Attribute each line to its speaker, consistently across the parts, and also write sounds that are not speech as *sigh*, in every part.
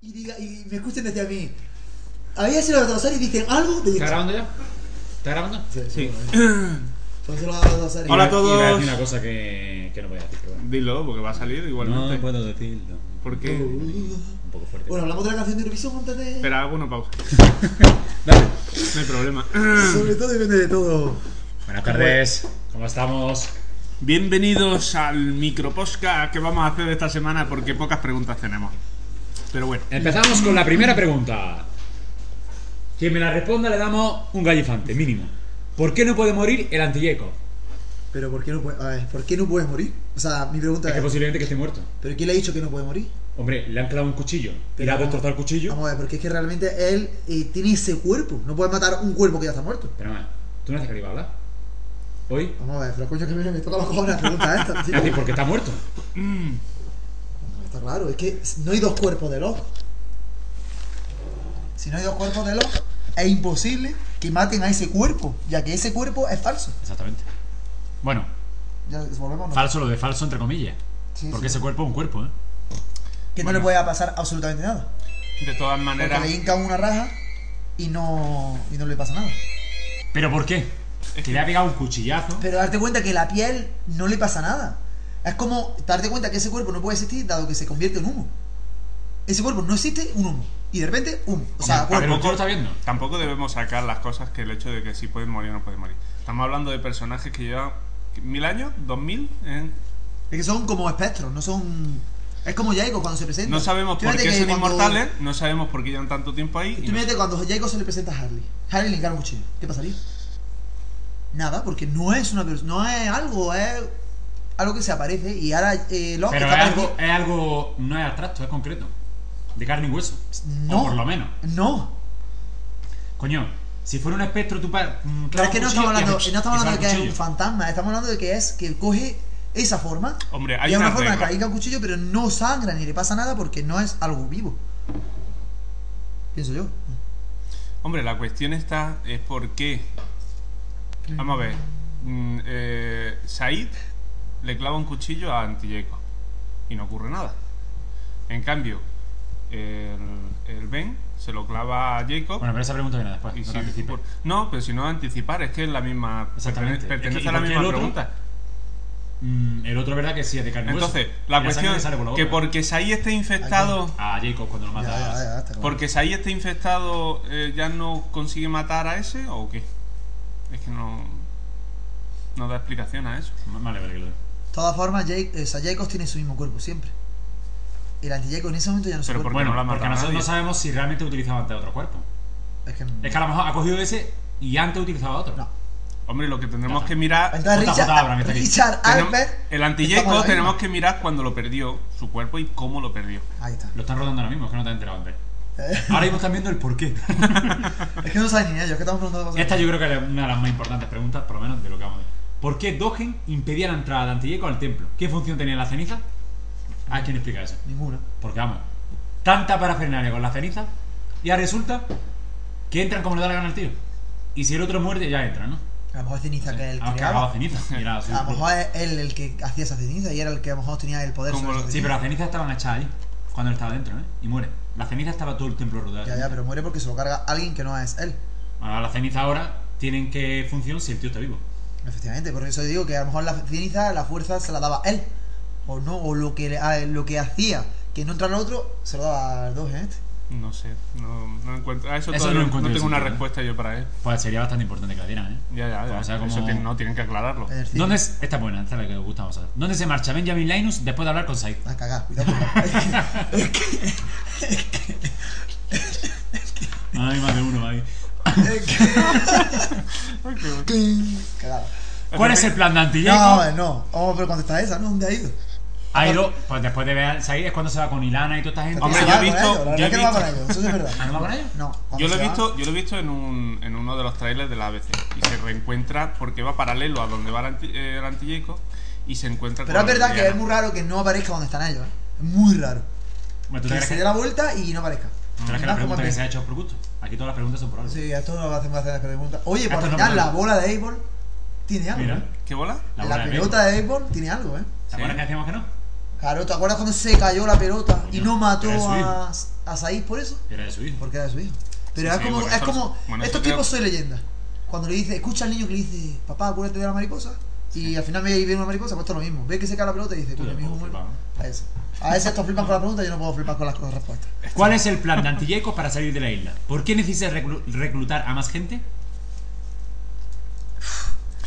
Speaker 1: y, diga, y me escuchen desde a mí. Había sido los Dosari y dicen algo de
Speaker 2: ¿Está grabando ya? ¿Está grabando?
Speaker 1: Sí. Entonces los Dosari.
Speaker 3: Hola a
Speaker 2: Iba- iba a
Speaker 3: todos.
Speaker 2: decir una cosa que, que no voy a decir, pero bueno.
Speaker 3: Dilo, porque va a salir igualmente.
Speaker 4: No puedo decirlo.
Speaker 3: ¿Por qué?
Speaker 2: Un poco fuerte.
Speaker 1: Bueno, hablamos de la canción de Eurovisión antes de.
Speaker 3: Espera, hago una pausa.
Speaker 4: Dale.
Speaker 3: No hay problema. *clears throat*
Speaker 1: Sobre todo depende de todo.
Speaker 2: Buenas tardes. ¿Cómo estamos?
Speaker 3: Bienvenidos al microposca que vamos a hacer esta semana porque pocas preguntas tenemos. Pero bueno.
Speaker 2: Empezamos con la primera pregunta. Quien me la responda le damos un gallifante, mínimo. ¿Por qué no puede morir el antilleco?
Speaker 1: Pero ¿por qué no puedes, a ver, ¿por qué no puedes morir? O sea, mi pregunta
Speaker 2: Es que
Speaker 1: es.
Speaker 2: posiblemente que esté muerto.
Speaker 1: ¿Pero quién le ha dicho que no puede morir?
Speaker 2: Hombre, le han clavado un cuchillo. Y le ha
Speaker 1: Pero-
Speaker 2: destrozado el cuchillo.
Speaker 1: Vamos a ver, porque es que realmente él eh, tiene ese cuerpo. No puede matar un cuerpo que ya está muerto.
Speaker 2: Pero nada, ¿tú no haces que hablar? ¿Hoy?
Speaker 1: Vamos a ver, pero coño que me, me toca los cojones la pregunta esta. tío.
Speaker 2: Es decir, porque está muerto.
Speaker 3: mm,
Speaker 1: Está claro, es que no hay dos cuerpos de loco. Si no hay dos cuerpos de loco, es imposible que maten a ese cuerpo, ya que ese cuerpo es falso.
Speaker 2: Exactamente. Bueno,
Speaker 1: Ya volvemos ¿no?
Speaker 2: falso lo de falso, entre comillas.
Speaker 1: Sí,
Speaker 2: porque
Speaker 1: sí.
Speaker 2: ese cuerpo es un cuerpo, ¿eh?
Speaker 1: Que no le puede pasar absolutamente nada.
Speaker 3: De todas
Speaker 1: Porque
Speaker 3: maneras.
Speaker 1: le hincan una raja y no, y no le pasa nada.
Speaker 2: ¿Pero por qué? Que le ha pegado un cuchillazo.
Speaker 1: Pero darte cuenta que la piel no le pasa nada. Es como darte cuenta que ese cuerpo no puede existir dado que se convierte en humo. Ese cuerpo no existe, un humo. Y de repente, humo. O sea,
Speaker 2: Hombre,
Speaker 1: cuerpo.
Speaker 2: Ah, pero- ¿Tú lo estás viendo?
Speaker 3: Tampoco debemos sacar las cosas que el hecho de que sí pueden morir o no pueden morir. Estamos hablando de personajes que llevan mil años, dos mil. ¿eh?
Speaker 1: Es que son como espectros, no son. Es como Jacob cuando se presenta.
Speaker 3: No sabemos
Speaker 1: Tú
Speaker 3: por
Speaker 1: fíjate
Speaker 3: qué
Speaker 1: que
Speaker 3: son
Speaker 1: cuando-
Speaker 3: inmortales, no sabemos por qué llevan tanto tiempo ahí. y
Speaker 1: Tú
Speaker 3: no-
Speaker 1: fíjate cuando Jacob se le presenta a Harley. Harley le encarga un cuchillo. ¿Qué pasaría? Nada, porque no es una pers- no es algo, es algo que se aparece y ahora eh, Locke
Speaker 2: Pero es
Speaker 1: está
Speaker 2: algo,
Speaker 1: parecido-
Speaker 2: es algo. No es abstracto, es concreto. De carne y hueso.
Speaker 1: No.
Speaker 2: O por lo menos.
Speaker 1: No,
Speaker 2: Coño, si fuera un espectro, tú. pa- mm,
Speaker 1: pero
Speaker 2: clava
Speaker 1: es que
Speaker 2: un
Speaker 1: no
Speaker 2: cuchillo
Speaker 1: estamos
Speaker 2: y
Speaker 1: hablando,
Speaker 2: hace ch-
Speaker 1: no estamos
Speaker 2: y
Speaker 1: hablando de
Speaker 2: saca
Speaker 1: que
Speaker 2: un
Speaker 1: es un
Speaker 2: cuchillo.
Speaker 1: fantasma, estamos hablando de que es que coge esa forma.
Speaker 3: Hombre,
Speaker 1: y
Speaker 3: hay
Speaker 1: es una
Speaker 3: una
Speaker 1: forma que
Speaker 3: regla.
Speaker 1: caiga un cuchillo, pero no sangra ni le pasa nada porque no es algo vivo. Pienso yo.
Speaker 3: Hombre, la cuestión está es por qué. Vamos a ver. Mm, eh, Said le clava un cuchillo a Antilleco y no ocurre nada. En cambio, el, el Ben se lo clava a Jacob.
Speaker 2: Bueno, pero esa pregunta viene después.
Speaker 3: y
Speaker 2: no
Speaker 3: si-
Speaker 2: te anticipes.
Speaker 3: por- no, pero si no anticipar, es que es la misma.
Speaker 2: Exactamente.
Speaker 3: pertene- Pertenece
Speaker 2: Es que-
Speaker 3: a la
Speaker 2: ¿y por qué
Speaker 3: misma
Speaker 2: el otro?
Speaker 3: pregunta.
Speaker 2: Mm, el otro, ¿verdad? Que sí, es de carne y hueso.
Speaker 3: Entonces,
Speaker 2: Y
Speaker 3: la
Speaker 2: sangre
Speaker 3: cuestión
Speaker 2: le sale por la
Speaker 3: que
Speaker 2: boca.
Speaker 3: porque Said esté infectado.
Speaker 2: A Jacob cuando lo
Speaker 1: Ya,
Speaker 2: mata.
Speaker 1: ya, ya, está claro.
Speaker 3: Porque si ahí está infectado, eh, ¿ya no consigue matar a ese o qué? Es que no. No da explicación a eso.
Speaker 2: Vale, vale, que lo digo.
Speaker 1: De todas formas, Jake, o sea, Jacobs tiene su mismo cuerpo siempre. El anti en ese momento ya no se
Speaker 3: Pero
Speaker 1: cuerpo.
Speaker 3: qué
Speaker 2: Bueno,
Speaker 3: no lo ha
Speaker 2: porque
Speaker 3: matado
Speaker 2: nosotros
Speaker 3: nadie?
Speaker 2: no sabemos si realmente utilizaba antes otro cuerpo.
Speaker 1: Es que,
Speaker 2: Es que a lo mejor ha cogido ese y antes utilizaba otro.
Speaker 1: no.
Speaker 3: Hombre, lo que tendremos
Speaker 2: Ajá.
Speaker 3: que mirar.
Speaker 1: Entonces,
Speaker 2: J.J.
Speaker 1: Richard,
Speaker 2: Abrams está aquí.
Speaker 1: Richard
Speaker 3: tenem-
Speaker 1: Albert.
Speaker 3: el
Speaker 1: estamos
Speaker 3: antiyeco
Speaker 1: ahí,
Speaker 3: tenemos
Speaker 1: ¿no?
Speaker 3: que mirar cuando lo perdió, su cuerpo y cómo lo perdió.
Speaker 1: Ahí está.
Speaker 2: Lo están rodando ahora mismo, es que no te has enterado antes.
Speaker 1: Eh,
Speaker 2: Ahora mismo están viendo el
Speaker 1: *laughs*
Speaker 2: porqué.
Speaker 1: es que no saben ni ellos, que estamos preguntando cosas.
Speaker 2: Esta yo creo que es una de las más importantes preguntas, por lo menos de lo que vamos a ver. ¿Por qué Dogen impedía la entrada de Antiyeco al templo? ¿Qué función tenía la ceniza? ¿A quién explica eso?
Speaker 1: Ninguna.
Speaker 2: Porque vamos, tanta parafernalia con la ceniza y ahora resulta que entran como le da la gana al tío. Y si el otro muerde, ya entra, ¿no?
Speaker 1: A lo mejor es ceniza que es el que
Speaker 2: Ah, que ha
Speaker 1: creaba.
Speaker 2: cagado
Speaker 1: *laughs*
Speaker 2: ceniza. y era así.
Speaker 1: A lo mejor es él el que hacía esa ceniza y era el que a lo mejor tenía el poder
Speaker 3: Como
Speaker 1: sobre
Speaker 3: lo-
Speaker 1: esa
Speaker 2: Sí,
Speaker 1: ceniza.
Speaker 2: pero las cenizas estaban echadas ahí, cuando él estaba dentro, ¿eh? Y muere. La ceniza estaba todo el templo rodeado. de
Speaker 1: Ya, ya,
Speaker 2: ceniza.
Speaker 1: pero muere porque se lo carga alguien que no es él.
Speaker 2: Bueno, la ceniza ahora tienen que función si el tío está vivo.
Speaker 1: Efectivamente, por eso digo que a lo mejor la ceniza, la fuerza se la daba él. O no, o lo que, le- ah, lo que hacía que no entrara el otro, se lo daba al dos en este.
Speaker 3: No sé, no, no encuentro. A eso,
Speaker 2: Eso no
Speaker 3: todavía no,
Speaker 2: encuentro
Speaker 3: no
Speaker 2: yo
Speaker 3: tengo
Speaker 2: sentido,
Speaker 3: una
Speaker 2: ¿eh?
Speaker 3: respuesta yo para él.
Speaker 2: Pues sería bastante importante que la dieran, ¿eh?
Speaker 3: Ya, ya, ya.
Speaker 2: O sea, como-
Speaker 3: Eso te- no tienen que aclararlo.
Speaker 1: En el cine.
Speaker 2: ¿Dónde es? Esta es buena, esta es la que os gusta a vosotros. ¿Dónde se marcha Benjamin Linus después de hablar con Said?
Speaker 1: A cagar, cuidado.
Speaker 3: *laughs*
Speaker 1: es que,
Speaker 2: Ay, más de uno ahí.
Speaker 1: es que,
Speaker 3: Ay, qué bueno.
Speaker 1: cagada.
Speaker 2: ¿Cuál es el plan de Antillaco?
Speaker 1: No, hombre, no. Oh, Vamos a ver contestar esa, ¿no? ¿Dónde ha ido?
Speaker 2: Ha ido, pues después de ver a Said es cuando se va con Ilana y toda esta gente.
Speaker 3: Hombre,
Speaker 1: Se
Speaker 3: yo he
Speaker 1: va con
Speaker 3: visto-
Speaker 1: ellos, la verdad
Speaker 3: yo he
Speaker 1: que no va
Speaker 3: visto-
Speaker 1: con ellos, eso sí es
Speaker 3: *laughs*
Speaker 1: verdad.
Speaker 2: ¿Ah, no va con ellos?
Speaker 1: No. cuando
Speaker 3: Yo lo,
Speaker 1: se
Speaker 3: he
Speaker 1: va-
Speaker 3: visto, yo lo he visto en, un, en uno de los trailers de la ABC y se reencuentra porque va paralelo a donde va el, anti, eh, el antiyeco y se encuentra
Speaker 1: Pero es
Speaker 3: con
Speaker 1: verdad que
Speaker 3: Diana.
Speaker 1: es muy raro que no aparezca donde están ellos. ¿eh? Es muy raro.
Speaker 2: Bueno,
Speaker 1: Que
Speaker 2: ¿tú te crees
Speaker 1: se
Speaker 2: que,
Speaker 1: dé la vuelta y no aparezca.
Speaker 2: tú crees que
Speaker 1: Más
Speaker 2: la
Speaker 1: como
Speaker 2: pregunta que
Speaker 1: antes.
Speaker 2: se ha hecho es por gusto? Aquí todas las preguntas son por algo.
Speaker 1: Sí, esto no lo hacen hacer las preguntas. Oye,
Speaker 2: Esto
Speaker 1: por
Speaker 2: no
Speaker 1: final
Speaker 2: me lo-
Speaker 1: la bola de béisbol tiene algo.
Speaker 2: Mira,
Speaker 1: ¿eh?
Speaker 3: ¿Qué bola?
Speaker 2: la
Speaker 1: La,
Speaker 2: bola de
Speaker 1: pelota de béisbol tiene algo, ¿eh?
Speaker 2: ¿Te acuerdas
Speaker 3: Sí.
Speaker 2: que decíamos que no?
Speaker 1: Claro, ¿te acuerdas cuando se cayó la pelota y
Speaker 2: Coño,
Speaker 1: no mató
Speaker 2: pero es
Speaker 1: a, a a Said por eso,
Speaker 2: Era de su hijo.
Speaker 1: porque era de su hijo. Pero
Speaker 3: Sí,
Speaker 1: es
Speaker 3: sí,
Speaker 1: como,
Speaker 3: bueno,
Speaker 1: es
Speaker 3: eso-
Speaker 1: como
Speaker 3: bueno,
Speaker 1: estos
Speaker 3: eso creo-
Speaker 1: tipos soy leyenda. Cuando le dice, escucha al niño que le dice, papá, acuérdate de la mariposa, y al final ve y viene una mariposa, pues esto es lo mismo. Ve que se cae la pelota y dice,
Speaker 2: Tú
Speaker 1: coño, mi hijo
Speaker 2: tampoco
Speaker 1: muere.
Speaker 2: flipabas,
Speaker 1: A eso. A veces estos flipan con la pregunta, yo no puedo flipar con las con las respuestas.
Speaker 2: ¿Cuál es el plan de Antilleco para salir de la isla? ¿Por qué necesitas reclu- reclutar a más gente?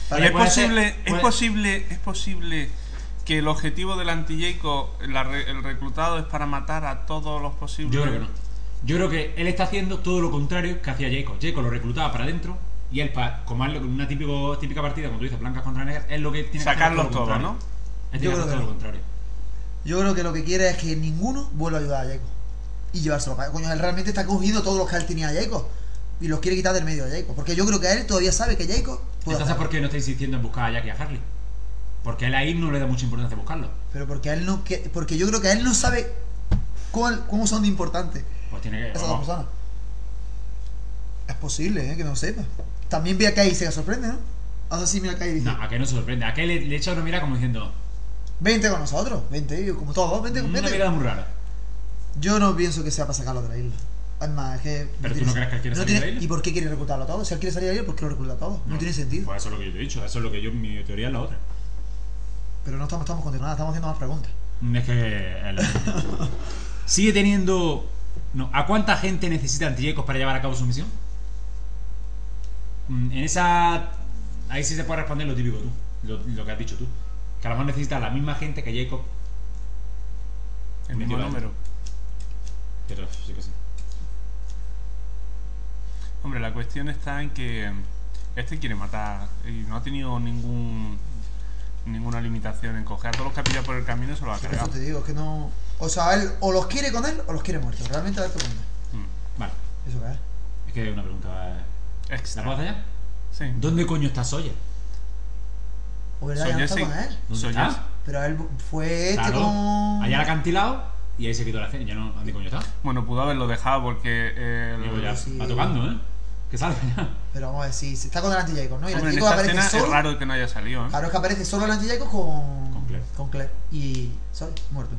Speaker 1: Vale,
Speaker 3: ¿Es
Speaker 2: puede ser-
Speaker 3: posible, es
Speaker 2: puede-
Speaker 3: posible, es posible que el objetivo del anti-Jacob, la re- el reclutado, es para matar a todos los posibles?
Speaker 2: Yo creo que no. Yo creo que él está haciendo todo lo contrario que hacía Jacob. Jacob lo reclutaba para adentro y él, pa- como es lo- una típico, típica partida, como tú dices, blancas contra negras, es lo que tiene
Speaker 3: Sacarlos
Speaker 2: que hacer.
Speaker 3: todos,
Speaker 2: todo lo
Speaker 3: ¿no?
Speaker 2: contrario. Él
Speaker 1: Yo
Speaker 2: tiene que
Speaker 1: creo
Speaker 2: hacer
Speaker 1: que
Speaker 2: todo lo
Speaker 1: no.
Speaker 2: contrario.
Speaker 1: Yo creo que lo que quiere es que ninguno vuelva a ayudar a Jacob. Y llevárselo para. Coño, él realmente está cogido todos los que él tenía a Jacob. Y los quiere quitar del medio a Jacob. Porque yo creo que él todavía sabe que Jacob puede.
Speaker 2: Entonces,
Speaker 1: hacer.
Speaker 2: ¿por qué no está insistiendo en buscar a Jack y a Harley? Porque a él ahí no le da mucha importancia buscarlo.
Speaker 1: Pero porque a él no. que- Porque yo creo que a él no sabe cuál- cómo son de importantes
Speaker 2: Pues tiene que.
Speaker 1: esas dos
Speaker 2: vamos.
Speaker 1: personas. Es posible, ¿eh? Que no sepa. También ve a Kai y se sorprende, ¿no? Ahora sí, mira a Kai y dice:
Speaker 2: No, a que no se sorprende. A que le, le echa una mirada como diciendo. "Mm,
Speaker 1: Vente con nosotros, vente, y yo, como todos, vente,
Speaker 2: Una
Speaker 1: vente.
Speaker 2: mirada muy rara.
Speaker 1: Yo no pienso que sea para sacarlo de la isla. Es más, es que.
Speaker 2: Pero tú
Speaker 1: tiene-
Speaker 2: no crees que él quiere salir
Speaker 1: tiene-
Speaker 2: de la isla.
Speaker 1: ¿Y por qué quiere reclutarlo a todos? Si él quiere salir de la isla, ¿por qué lo recluta a todos? No, tiene sentido.
Speaker 2: Pues eso es lo que yo te he dicho. Eso es lo que yo. Mi teoría es la otra.
Speaker 1: Pero no estamos, estamos condenando nada, estamos haciendo más preguntas.
Speaker 2: Es que. es
Speaker 1: *laughs*
Speaker 2: la- Sigue teniendo. No, ¿A cuánta gente necesita antillecos para llevar a cabo su misión? Mm, En esa. Ahí sí se puede responder lo típico tú. Lo, lo que has dicho tú. Que a lo mejor necesita la misma gente que Jacob.
Speaker 3: El mismo
Speaker 2: Metido
Speaker 3: número.
Speaker 2: Pero sí que sí.
Speaker 3: Hombre, la cuestión está en que este quiere matar y no ha tenido ningún ninguna limitación en coger a todos los que ha pillado por el camino y se
Speaker 2: Ah,
Speaker 3: los ha
Speaker 1: Por eso
Speaker 3: cargado.
Speaker 1: te digo, es que no. O sea, él o los quiere con él o los quiere muertos. Realmente darte cuenta.
Speaker 3: Mm.
Speaker 2: Vale.
Speaker 1: Eso que es.
Speaker 2: Es que una pregunta. eh, ¿La puedo hacer
Speaker 3: Extra.
Speaker 2: ya?
Speaker 3: Sí.
Speaker 2: ¿Dónde coño está Sawyer?
Speaker 1: O verdad, ya no está
Speaker 3: Soy
Speaker 1: con él.
Speaker 2: ¿Dónde
Speaker 3: Soy
Speaker 2: está?
Speaker 3: Jesse.
Speaker 1: Pero él fue este
Speaker 2: Claro.
Speaker 1: con.
Speaker 2: Allá al acantilado y ahí se quitó la escena. Ya no. ¿Dónde coño está?
Speaker 3: Bueno, pudo haberlo dejado porque eh,
Speaker 2: Digo, ya.
Speaker 1: sí.
Speaker 2: Va tocando, ¿eh? Que salga ya.
Speaker 1: Pero vamos a ver si se está con el anti-Jacob, ¿no? Y el
Speaker 3: Hombre, en
Speaker 1: anti-Jacob
Speaker 3: esta
Speaker 1: aparece
Speaker 3: escena
Speaker 1: solo.
Speaker 3: es raro que no haya salido, ¿eh?
Speaker 1: Claro, es que aparece solo el anti-Jacob con.
Speaker 2: Con Claire.
Speaker 1: Con Claire. Y. Soy muerto.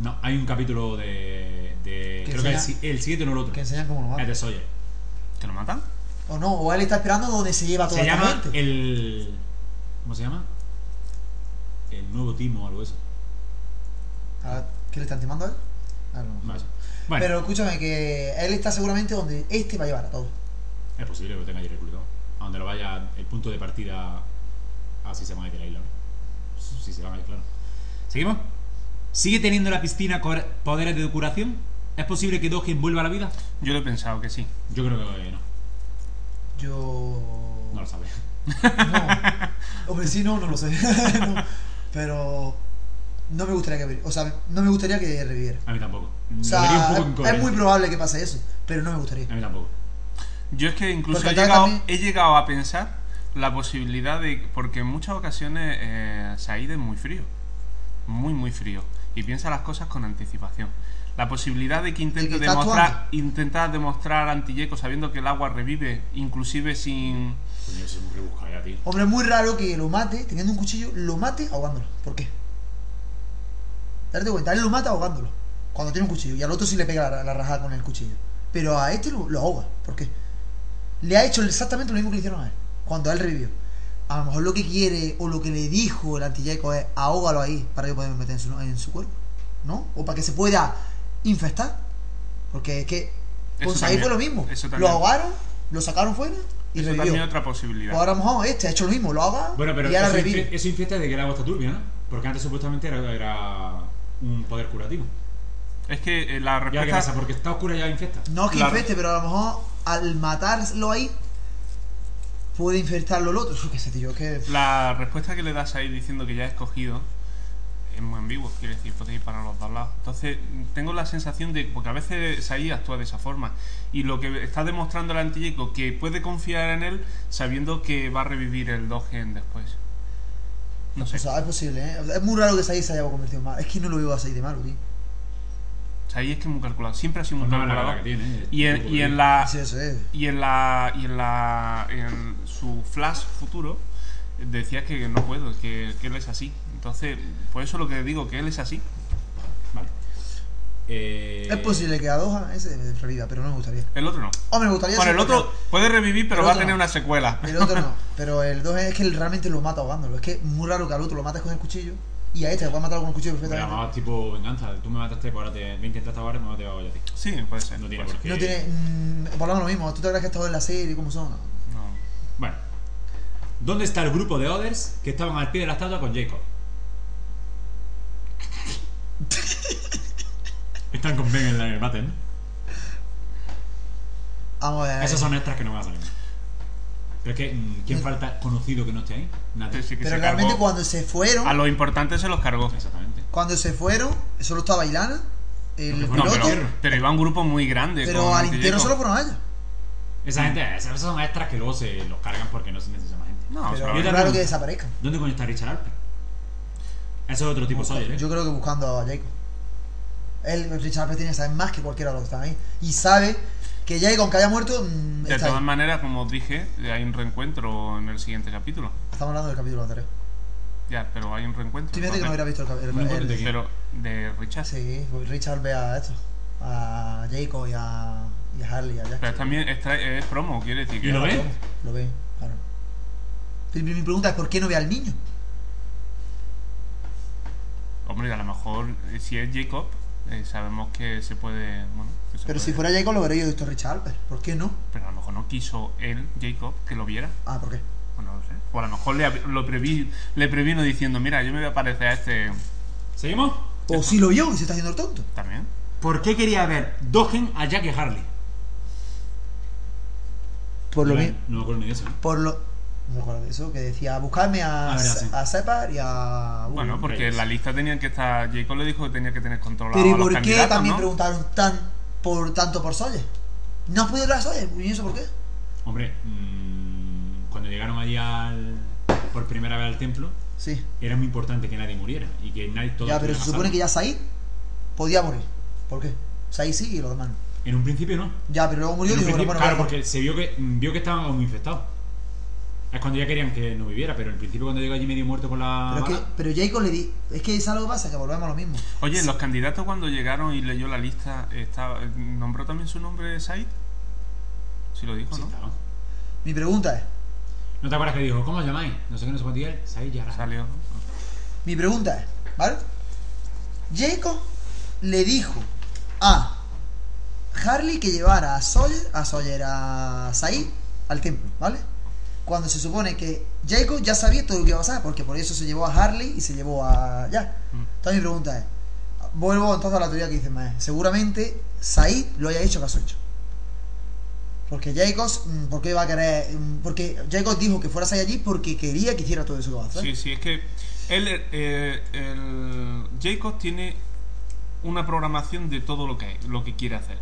Speaker 2: No, hay un capítulo de. de-
Speaker 1: Que
Speaker 2: creo que el,
Speaker 1: sea-
Speaker 2: si- el siguiente no el otro.
Speaker 1: Que enseñan cómo lo
Speaker 2: Es
Speaker 1: mata.
Speaker 2: de Sawyer.
Speaker 3: ¿Que lo matan?
Speaker 1: O no, o él está esperando donde se lleva toda
Speaker 2: Se
Speaker 1: la
Speaker 2: llama
Speaker 1: gente.
Speaker 2: el. ¿Cómo se llama? El nuevo Timo o algo así.
Speaker 1: Ahora, ¿Qué le están timando a él? Ah, no.
Speaker 2: Vale. Bueno,
Speaker 1: Pero escúchame, que él está seguramente donde este va a llevar a todos.
Speaker 2: es posible que lo tenga allí reclutado. A donde lo vaya el punto de partida. Así se van a ir de la isla. ¿no? Si se van a ir, claro. ¿Seguimos? ¿Sigue teniendo la piscina cor- poderes de curación? ¿Es posible que Dogen vuelva a la vida?
Speaker 3: Yo lo he pensado que sí.
Speaker 2: Yo creo que no.
Speaker 1: Yo.
Speaker 2: No lo sabe.
Speaker 1: *laughs* No. Hombre, sí, no, no lo sé. *laughs* No. Pero. No me gustaría que. O sea, no me gustaría que reviviera.
Speaker 2: A mí tampoco.
Speaker 1: O
Speaker 2: Lo vería
Speaker 1: sea,
Speaker 2: un poco
Speaker 1: es,
Speaker 2: incoherente.
Speaker 1: muy probable que pase eso, pero no me gustaría.
Speaker 2: A mí tampoco.
Speaker 3: Yo es que incluso
Speaker 1: Porque
Speaker 3: he
Speaker 1: acá
Speaker 3: llegado,
Speaker 1: también-
Speaker 3: he llegado a pensar la posibilidad de... Porque en muchas ocasiones eh, Said es muy frío. Muy, muy frío. Y piensa las cosas con anticipación. La posibilidad de que intente
Speaker 1: está
Speaker 3: demostrar,
Speaker 1: actuando.
Speaker 3: intentar demostrar antilleco sabiendo que el agua revive, inclusive sin...
Speaker 2: Coño, eso es muy rebuscado ya, tío.
Speaker 1: Hombre, es muy raro que lo mate, teniendo un cuchillo, lo mate ahogándolo. ¿Por qué? Darte cuenta, él lo mata ahogándolo. Cuando tiene un cuchillo. Y al otro sí le pega la, la rajada con el cuchillo. Pero a este lo, lo ahoga. ¿Por qué? Le ha hecho exactamente lo mismo que le hicieron a él. Cuando él revivió. A lo mejor lo que quiere o lo que le dijo el antillaco es ahógalo ahí para que podamos meter en su, en su cuerpo. ¿No? O para que se pueda infestar. Porque es que.
Speaker 3: Eso
Speaker 1: Con Said
Speaker 3: también,
Speaker 1: fue lo mismo.
Speaker 3: eso
Speaker 1: Lo
Speaker 3: también.
Speaker 1: ahogaron, lo sacaron fuera y
Speaker 3: Eso
Speaker 1: revivió.
Speaker 3: también es otra posibilidad.
Speaker 1: Pues ahora mojado este, ha hecho lo mismo, lo haga
Speaker 2: Bueno, pero
Speaker 1: y ahora
Speaker 2: eso,
Speaker 1: revive.
Speaker 2: infie- eso infiesta de que este el agua está turbia, ¿no? Porque antes supuestamente era, era un poder curativo.
Speaker 3: Es que eh, la
Speaker 2: ¿Y ahora qué
Speaker 3: respuesta...
Speaker 2: pasa? Porque está oscura ya
Speaker 3: Mm.
Speaker 2: infecta.
Speaker 1: No es que
Speaker 3: Claro.
Speaker 1: infeste, pero a lo mejor al matarlo ahí puede infectarlo el otro. Uf, qué sé, tío, es que...
Speaker 3: La respuesta que le das ahí diciendo que ya has escogido es muy ambigua, quiere decir, puedes ir para los dos lados. Entonces, tengo la sensación de, porque a veces ahí actúa de esa forma, y lo que está demostrando el antillaco que puede confiar en él sabiendo que va a revivir el dogen después. No sé,
Speaker 1: O sea, es posible, ¿eh? O sea, Es muy raro que Said se haya convertido en malo. Es que no lo veo a Said de malo, tío.
Speaker 3: ahí es que es muy calculado, siempre ha sido muy
Speaker 2: Pues no es la verdad
Speaker 3: calculado.
Speaker 2: que tiene. ¿eh?
Speaker 3: Y en,
Speaker 2: Tipo
Speaker 3: y
Speaker 2: que-
Speaker 3: en la...
Speaker 1: Sí, eso es.
Speaker 3: Y en la. Y en la. En su flash futuro decía que no puedo, que, que él es así. Entonces, por eso lo que digo, que él es así.
Speaker 2: Vale. Eh,
Speaker 1: Es posible que a Doha ese reviva, pero no me gustaría.
Speaker 3: El otro no.
Speaker 1: Hombre, me gustaría.
Speaker 3: Bueno,
Speaker 1: sí,
Speaker 3: el otro puede revivir, pero
Speaker 1: El
Speaker 3: va a
Speaker 1: otro
Speaker 3: tener
Speaker 1: no.
Speaker 3: una secuela.
Speaker 1: pero El otro no. Pero el 2 es que él realmente lo mata ahogándolo. Es que es muy raro que al otro lo mates con el cuchillo. Y a este lo puedes matar con el cuchillo
Speaker 2: pero
Speaker 1: perfectamente.
Speaker 2: además, tipo venganza. Tú me mataste, pues ahora te. Me intentaste ahora, me maté ahora yo a ti.
Speaker 3: Sí, puede ser.
Speaker 2: No tiene
Speaker 3: puede
Speaker 2: por qué.
Speaker 1: No tiene. mm, volvamos a lo mismo. ¿Tú te crees que esto es la serie? ¿Cómo son?
Speaker 3: ser. No.
Speaker 2: Bueno. ¿Dónde está el grupo de Others que estaban al pie de la estatua con Jacob?
Speaker 1: *laughs*
Speaker 2: Están con Ben en la- en el mate, ¿no?
Speaker 1: Vamos a ver.
Speaker 2: Esas son extras que no van a salir. Pero es que, mm, ¿quién falta conocido que no esté ahí? Nadie.
Speaker 3: Este sí que
Speaker 1: Pero
Speaker 3: se
Speaker 1: realmente
Speaker 3: cargó.
Speaker 1: cuando se fueron.
Speaker 3: A los importantes se los cargó.
Speaker 2: Exactamente.
Speaker 1: Cuando se fueron, solo estaba Ilana, el
Speaker 2: No,
Speaker 3: No,
Speaker 1: piloto.
Speaker 3: pero,
Speaker 1: pero
Speaker 3: pero iba un grupo muy grande. con
Speaker 1: al
Speaker 3: Anti
Speaker 1: entierro
Speaker 3: Jacob.
Speaker 1: solo fueron a ella.
Speaker 2: Esa gente, esas esas son extras que luego se los cargan porque Mm. no se necesita más gente.
Speaker 3: No, o
Speaker 1: pero
Speaker 3: sea,
Speaker 1: es
Speaker 2: yo
Speaker 1: raro
Speaker 2: también-
Speaker 1: que desaparezcan.
Speaker 2: ¿Dónde coño está Richard Alper? Ese es otro tipo Sawyer, ¿eh?
Speaker 1: Yo creo que buscando a Jacob. Él, Richard Pérez tiene que saber más que cualquiera de los que están ahí. Y sabe que Jacob, aunque haya muerto, mm,
Speaker 3: de
Speaker 1: está
Speaker 3: todas
Speaker 1: ahí.
Speaker 3: maneras, como os dije, hay un reencuentro en el siguiente capítulo.
Speaker 1: Estamos hablando del capítulo anterior.
Speaker 3: Ya, pero hay un reencuentro.
Speaker 1: Estoy viendo que no hubiera
Speaker 3: entonces-
Speaker 1: visto el capítulo.
Speaker 2: Muy importante que-
Speaker 3: Pero de Richard.
Speaker 1: Sí, pues Richard ve a esto. A Jacob y a, y a Harley. y A Jack.
Speaker 3: Pero es también esta- es promo, quiere decir que.
Speaker 2: ¿Y lo ve?
Speaker 1: Lo ve, claro. Pero mi mi pregunta es: ¿por qué no ve al niño?
Speaker 3: Hombre, a lo mejor eh, si es Jacob, eh, sabemos que se puede. Bueno, que se
Speaker 1: Pero
Speaker 3: puede-
Speaker 1: si fuera Jacob, lo vería yo visto a Richard Alper. ¿Por qué no?
Speaker 3: Pero a lo mejor no quiso él, Jacob, que lo viera.
Speaker 1: Ah, ¿por qué?
Speaker 3: O Pues no lo sé. O a lo mejor le, ab- lo previ, le previno diciendo: Mira, yo me voy a parecer a este
Speaker 2: ¿Seguimos?
Speaker 1: O si lo vio y se está haciendo el tonto.
Speaker 3: también.
Speaker 2: ¿Por qué quería ver Dogen a Jack y Harley?
Speaker 1: Por lo,
Speaker 2: no,
Speaker 1: mi-
Speaker 2: no me acuerdo ni de eso. ¿eh?
Speaker 1: por lo no me acuerdo de eso, que decía buscarme a,
Speaker 2: Ah, verdad, sí.
Speaker 1: a Separ y a. Uy.
Speaker 3: Bueno, porque
Speaker 2: Reyes.
Speaker 3: en la lista tenían que estar. Jacob le dijo que tenía que tener controlado
Speaker 1: Pero ¿y
Speaker 3: a los
Speaker 1: por qué
Speaker 3: candidatos,
Speaker 1: también
Speaker 3: ¿no?
Speaker 1: preguntaron tan por tanto por Soye? ¿No has podido hablar a Soye? ¿Y eso por qué?
Speaker 2: Hombre, mm, cuando llegaron allí al, por primera vez al templo,
Speaker 1: Sí.
Speaker 2: era muy importante que nadie muriera y que nadie todo
Speaker 1: ya, pero se supone que ya Said podía morir. ¿Por qué? Said sí y los demás no.
Speaker 2: En un principio no.
Speaker 1: Ya, pero luego murió
Speaker 2: En
Speaker 1: y
Speaker 2: un
Speaker 1: dijo,
Speaker 2: principio-
Speaker 1: bueno,
Speaker 2: claro,
Speaker 1: bueno,
Speaker 2: porque se vio que mm, vio que estaban como infectados. Es cuando ya querían que no viviera, pero en principio cuando llegó allí medio muerto con la
Speaker 1: Pero, es que,
Speaker 2: bala,
Speaker 1: pero Jacob le di. Es que es algo que pasa, que volvemos a lo mismo.
Speaker 3: Oye, los candidatos cuando llegaron y leyó la lista, estaba, ¿nombró también su nombre Said? Sí lo dijo,
Speaker 2: pues sí
Speaker 3: ¿no?
Speaker 2: estaba.
Speaker 1: Mi pregunta es:
Speaker 2: ¿No te acuerdas que dijo, ¿cómo os llamáis? No sé qué, no sé cuánto y él, Said Yaraj.
Speaker 3: Salió. ¿no?
Speaker 1: Mi pregunta es, ¿vale? Jacob le dijo a Harley que llevara a Sawyer, a Sawyer, a Said al templo, ¿vale? Cuando se supone que Jacob ya sabía todo lo que iba a pasar, porque por eso se llevó a Harley y se llevó a ya.
Speaker 3: Mm.
Speaker 1: Entonces mi pregunta es, vuelvo entonces a la teoría que dice Mae, seguramente Said lo haya hecho caso hecho. Porque Jacob, mm, ¿por qué va a querer? mm, Porque Jacob dijo que fuera Said allí porque quería que hiciera todo eso que va a hacer.
Speaker 3: Sí, sí, es que él, eh, el Jacob tiene una programación de todo lo que, lo que quiere hacer.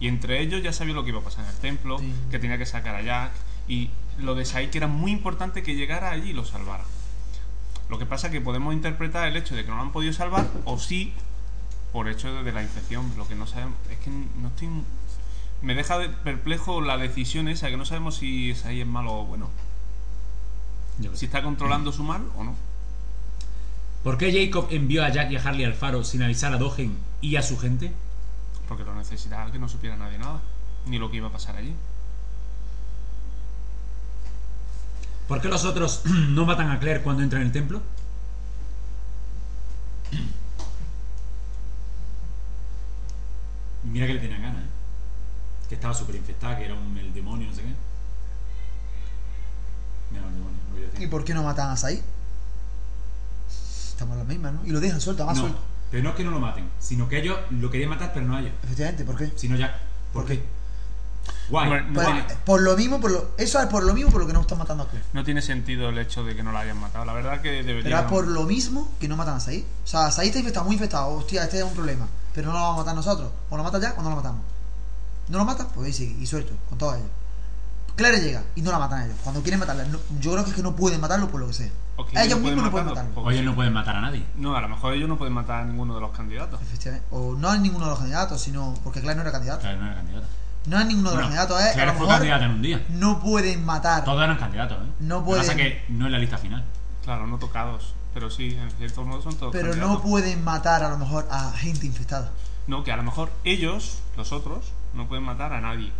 Speaker 3: Y entre ellos ya sabía lo que iba a pasar en el templo,
Speaker 1: Sí.
Speaker 3: que tenía que sacar a Jack, y lo de Said que era muy importante que llegara allí y lo salvara. Lo que pasa es que podemos interpretar el hecho de que no lo han podido salvar, o sí, por hecho de- de la infección. Lo que no sabemos es que no estoy. Me deja de- perplejo la decisión esa, que no sabemos si Said es malo o bueno.
Speaker 2: Yo qué
Speaker 3: Si
Speaker 2: sé.
Speaker 3: está controlando su mal o no.
Speaker 2: ¿Por qué Jacob envió a Jack y a Harley al faro sin avisar a Dogen y a su gente?
Speaker 3: Porque lo necesitaba que no supiera nadie nada, ni lo que iba a pasar allí.
Speaker 2: ¿Por qué los otros *clears throat* no matan a Claire cuando entra en el templo? Mira que le tenían ganas, ¿eh? Que estaba súper infectada, que era un, el demonio, no sé qué. Mira, el demonio, lo que yo decía.
Speaker 1: ¿Y por qué no matan a Said? Estamos en las mismas, ¿no? Y lo dejan suelto, más
Speaker 2: No,
Speaker 1: suelto.
Speaker 2: pero no es que no lo maten, sino que ellos lo querían matar, pero no a ellos,
Speaker 1: Efectivamente, ¿por qué?
Speaker 2: sino Jack. ¿Por qué? Guay,
Speaker 3: Hombre, no
Speaker 1: Pues,
Speaker 2: guay.
Speaker 1: eh, por lo mismo, por lo, eso es por lo mismo por lo que no están matando a Claire.
Speaker 3: No tiene sentido el hecho de que no la hayan matado. La verdad que
Speaker 1: Pero
Speaker 3: debería.
Speaker 1: es por lo mismo que no matan a Said. O sea, Said está infectado, muy infectado. Hostia, este es un problema. Pero no lo vamos a matar nosotros. O lo mata ya o no lo matamos. No lo matan, pues ahí sigue. Y suelto, con todos ellos. Claire llega y no la matan a ellos. Cuando quieren matarla, no- yo creo que es que no pueden matarlo por lo que sea.
Speaker 3: O que
Speaker 1: ellos
Speaker 3: no pueden
Speaker 1: mismos no pueden
Speaker 3: matarlo,
Speaker 1: matarlo.
Speaker 2: Oye, no pueden matar a nadie.
Speaker 3: No, a lo mejor ellos no pueden matar a ninguno de los candidatos.
Speaker 1: Efectivamente. O no hay ninguno de los candidatos, sino. Porque Claire no era candidato.
Speaker 2: Claro, no era candidata.
Speaker 1: No hay ninguno de los
Speaker 2: Bueno,
Speaker 1: candidatos, es.
Speaker 2: Claire
Speaker 1: a lo
Speaker 2: fue
Speaker 1: mejor
Speaker 2: candidata en un día.
Speaker 1: no pueden matar.
Speaker 2: Todos eran candidatos, ¿eh?
Speaker 1: No
Speaker 2: Lo que
Speaker 1: pueden-
Speaker 2: pasa es que no es la lista final.
Speaker 3: Claro, no tocados. Pero sí, en cierto modo son todos
Speaker 1: Pero no
Speaker 3: candidatos.
Speaker 1: pueden matar a lo mejor a gente infectada.
Speaker 3: No, que a lo mejor ellos, los otros, no pueden matar a nadie.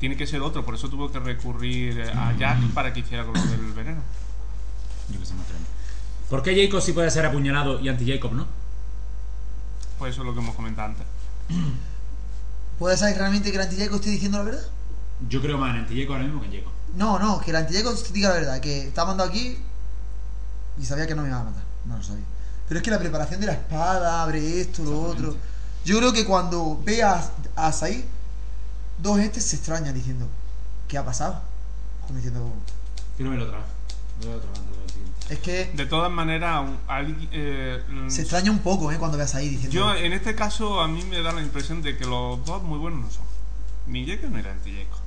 Speaker 3: Tiene que ser otro, por eso tuvo que recurrir eh, a Jack para que hiciera con lo del veneno.
Speaker 2: Yo que sé, no creo. ¿Por qué Jacob sí puede ser apuñalado y anti-Jacob no?
Speaker 3: Pues eso es lo que hemos comentado antes.
Speaker 1: ¿Puede saber realmente que el antillaco esté diciendo la verdad?
Speaker 2: Yo creo más en anti-Jacob ahora mismo que en Jacob.
Speaker 1: No, no, que el antillaco diga la verdad, que está mandado aquí y sabía que no me iba a matar. No lo sabía. Pero es que la preparación de la espada, abre esto, lo otro.
Speaker 2: Exactamente.
Speaker 1: Yo creo que cuando ve a, a Said, dos gentes se extrañan diciendo, ¿qué ha pasado? Como diciendo,
Speaker 2: Quiero ver otra vez. Voy a ver otra vez antes de ver el siguiente.
Speaker 1: es que
Speaker 3: De todas maneras, un- alguien, eh, mm,
Speaker 1: se extraña un poco, ¿eh? Cuando ve a Said diciendo,
Speaker 3: yo en este caso a mí me da la impresión de que los dos muy buenos no son. Ni Jacob ni el anti-Jacob.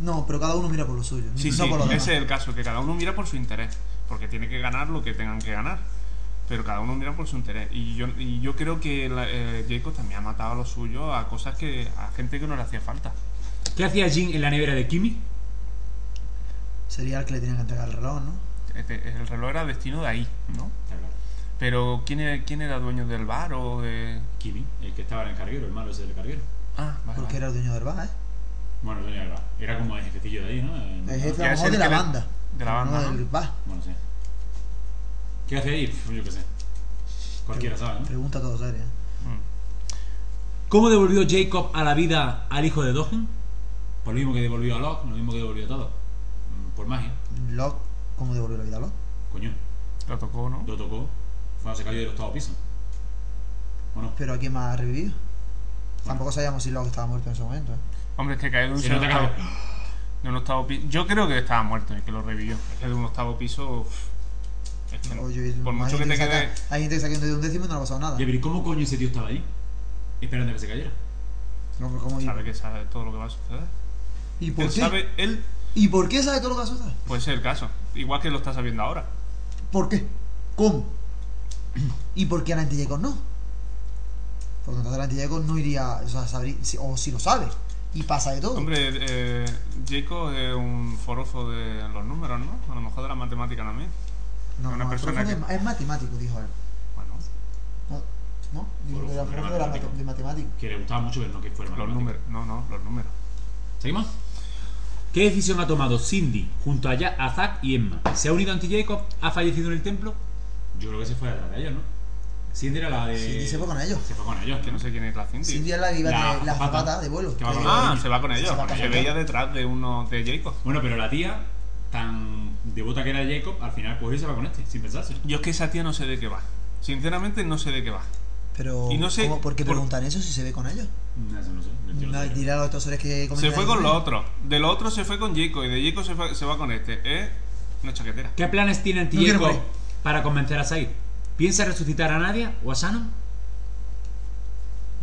Speaker 1: no, pero cada uno mira por lo suyo.
Speaker 3: Sí,
Speaker 1: no
Speaker 3: sí,
Speaker 1: por lo demás.
Speaker 3: ese es el caso, que cada uno mira por su interés, porque tiene que ganar lo que tengan que ganar, pero cada uno mira por su interés. Y yo, y yo creo que la- eh, Jacob también ha matado a los suyos, a cosas que a gente que no le hacía falta.
Speaker 2: ¿Qué hacía Jin en la nevera de Kimi?
Speaker 1: Sería el que le tenían que entregar el reloj, ¿no?
Speaker 3: Este- el reloj era destino de ahí, ¿no?
Speaker 2: Está claro.
Speaker 3: Pero ¿quién era, quién era dueño del bar o de...?
Speaker 2: Kimi, el que estaba en el carguero, el malo ese del carguero.
Speaker 3: Ah, vale,
Speaker 1: Porque
Speaker 3: vale.
Speaker 1: era el dueño del bar, ¿eh?
Speaker 2: Bueno, no era el bar. Era como el jefecillo de ahí, ¿no? El-
Speaker 1: El jefe
Speaker 3: que
Speaker 1: a lo
Speaker 3: es
Speaker 1: mejor
Speaker 3: el
Speaker 1: de la
Speaker 3: que le-
Speaker 1: banda.
Speaker 3: de la
Speaker 1: pero
Speaker 3: banda,
Speaker 1: No
Speaker 3: ¿no?
Speaker 1: del bar.
Speaker 2: Bueno, sí. ¿Qué hace ahí? Pf, Yo qué sé. Cualquiera sabe, ¿no?
Speaker 1: Pregunta todo serio, ¿eh?
Speaker 3: Mm.
Speaker 2: ¿Cómo devolvió Jacob a la vida al hijo de Dogen? Por lo mismo que devolvió a Locke, lo mismo que devolvió a todos. Mm, Por magia.
Speaker 1: Locke, ¿cómo devolvió la vida a Locke?
Speaker 2: Coño.
Speaker 3: Lo tocó, ¿no?
Speaker 2: Lo tocó. Fue cuando se cayó del octavo piso. ¿O no?
Speaker 1: Pero ¿a quién más ha revivido? Tampoco sabíamos si Locke estaba muerto en ese momento, ¿eh?
Speaker 3: Hombre, es que cae de un,
Speaker 2: Si no te
Speaker 3: octavo-
Speaker 2: acabas.
Speaker 3: de un octavo piso. Yo creo que estaba muerto y que lo revivió. Es que de un octavo piso... uf, es que no.
Speaker 1: O yo-
Speaker 3: por
Speaker 1: hay
Speaker 3: mucho que
Speaker 1: gente
Speaker 3: te
Speaker 1: saca-
Speaker 3: quede...
Speaker 1: Hay gente que saque un dedo de un décimo y no le ha pasado nada.
Speaker 2: Y pero ¿y ¿cómo coño ese tío estaba ahí? Esperando a que se cayera.
Speaker 1: No, pero ¿cómo-
Speaker 3: Sabe que sabe todo lo que va a suceder.
Speaker 1: ¿Y por
Speaker 3: Él
Speaker 1: qué?
Speaker 3: sabe, él
Speaker 1: ¿Y por qué sabe todo lo que ha sucedido?
Speaker 3: puede ser el caso. Igual que lo está sabiendo ahora.
Speaker 1: ¿Por qué? ¿Cómo? ¿Y por qué Anantillacos no? Porque entonces Anantillacos no iría, o sea, sabrí- si- o si lo sabe, y pasa de todo.
Speaker 3: Hombre, eh, Jacob es un forofo de los números, ¿no? A lo mejor de la matemática también.
Speaker 1: no,
Speaker 3: una
Speaker 1: no, el
Speaker 3: persona
Speaker 1: profe
Speaker 3: que-
Speaker 1: es ma- es matemático, dijo él.
Speaker 3: Bueno,
Speaker 1: No, no, dijo que era
Speaker 2: Era
Speaker 1: profe de, la mate-
Speaker 2: matemático.
Speaker 1: de matemático.
Speaker 2: Que le gustaba mucho, pero no que fuera
Speaker 3: los
Speaker 2: matemático.
Speaker 3: números. No, no, los números.
Speaker 2: ¿Seguimos? ¿Qué decisión ha tomado Cindy junto a, Ya- a Zack y Emma? ¿Se ha unido a Anti-Jacob? ¿Ha fallecido en el templo? Yo creo que se fue detrás de ellos, ¿no? Cindy era la de.
Speaker 1: Cindy se fue con ellos.
Speaker 2: Se fue con ellos,
Speaker 3: Que no sé quién es la Cindy.
Speaker 1: Cindy es la viva
Speaker 2: La
Speaker 1: de la
Speaker 2: zapata.
Speaker 1: zapata de vuelo.
Speaker 2: Que va con-
Speaker 3: Ah, se va con
Speaker 1: Sí,
Speaker 3: ellos.
Speaker 1: se va
Speaker 3: porque
Speaker 1: con
Speaker 3: yo veía
Speaker 1: ellos.
Speaker 3: detrás de uno de Jacob.
Speaker 2: Bueno, pero la tía, tan devota que era Jacob, al final pues él se va con este, sin pensarse.
Speaker 3: Yo es que esa tía no sé de qué va. Sinceramente no sé de qué va.
Speaker 1: Pero,
Speaker 3: Y no sé
Speaker 1: ¿cómo- ¿por qué
Speaker 3: por-
Speaker 1: preguntan eso si se ve con ellos?
Speaker 2: No, eso no sé. No, yo no
Speaker 1: No,
Speaker 2: sé.
Speaker 1: dirá a los doctores que comentan
Speaker 3: Se fue
Speaker 1: ahí.
Speaker 3: con los otros. De los otros se fue con Jacob y de Jacob se, fue- se va con este. Es una chaquetera.
Speaker 2: ¿Qué planes tiene
Speaker 1: No quiero
Speaker 2: Anti-Jacob
Speaker 1: morir.
Speaker 2: para convencer a Said? ¿Piensa resucitar a Nadia o a Shannon?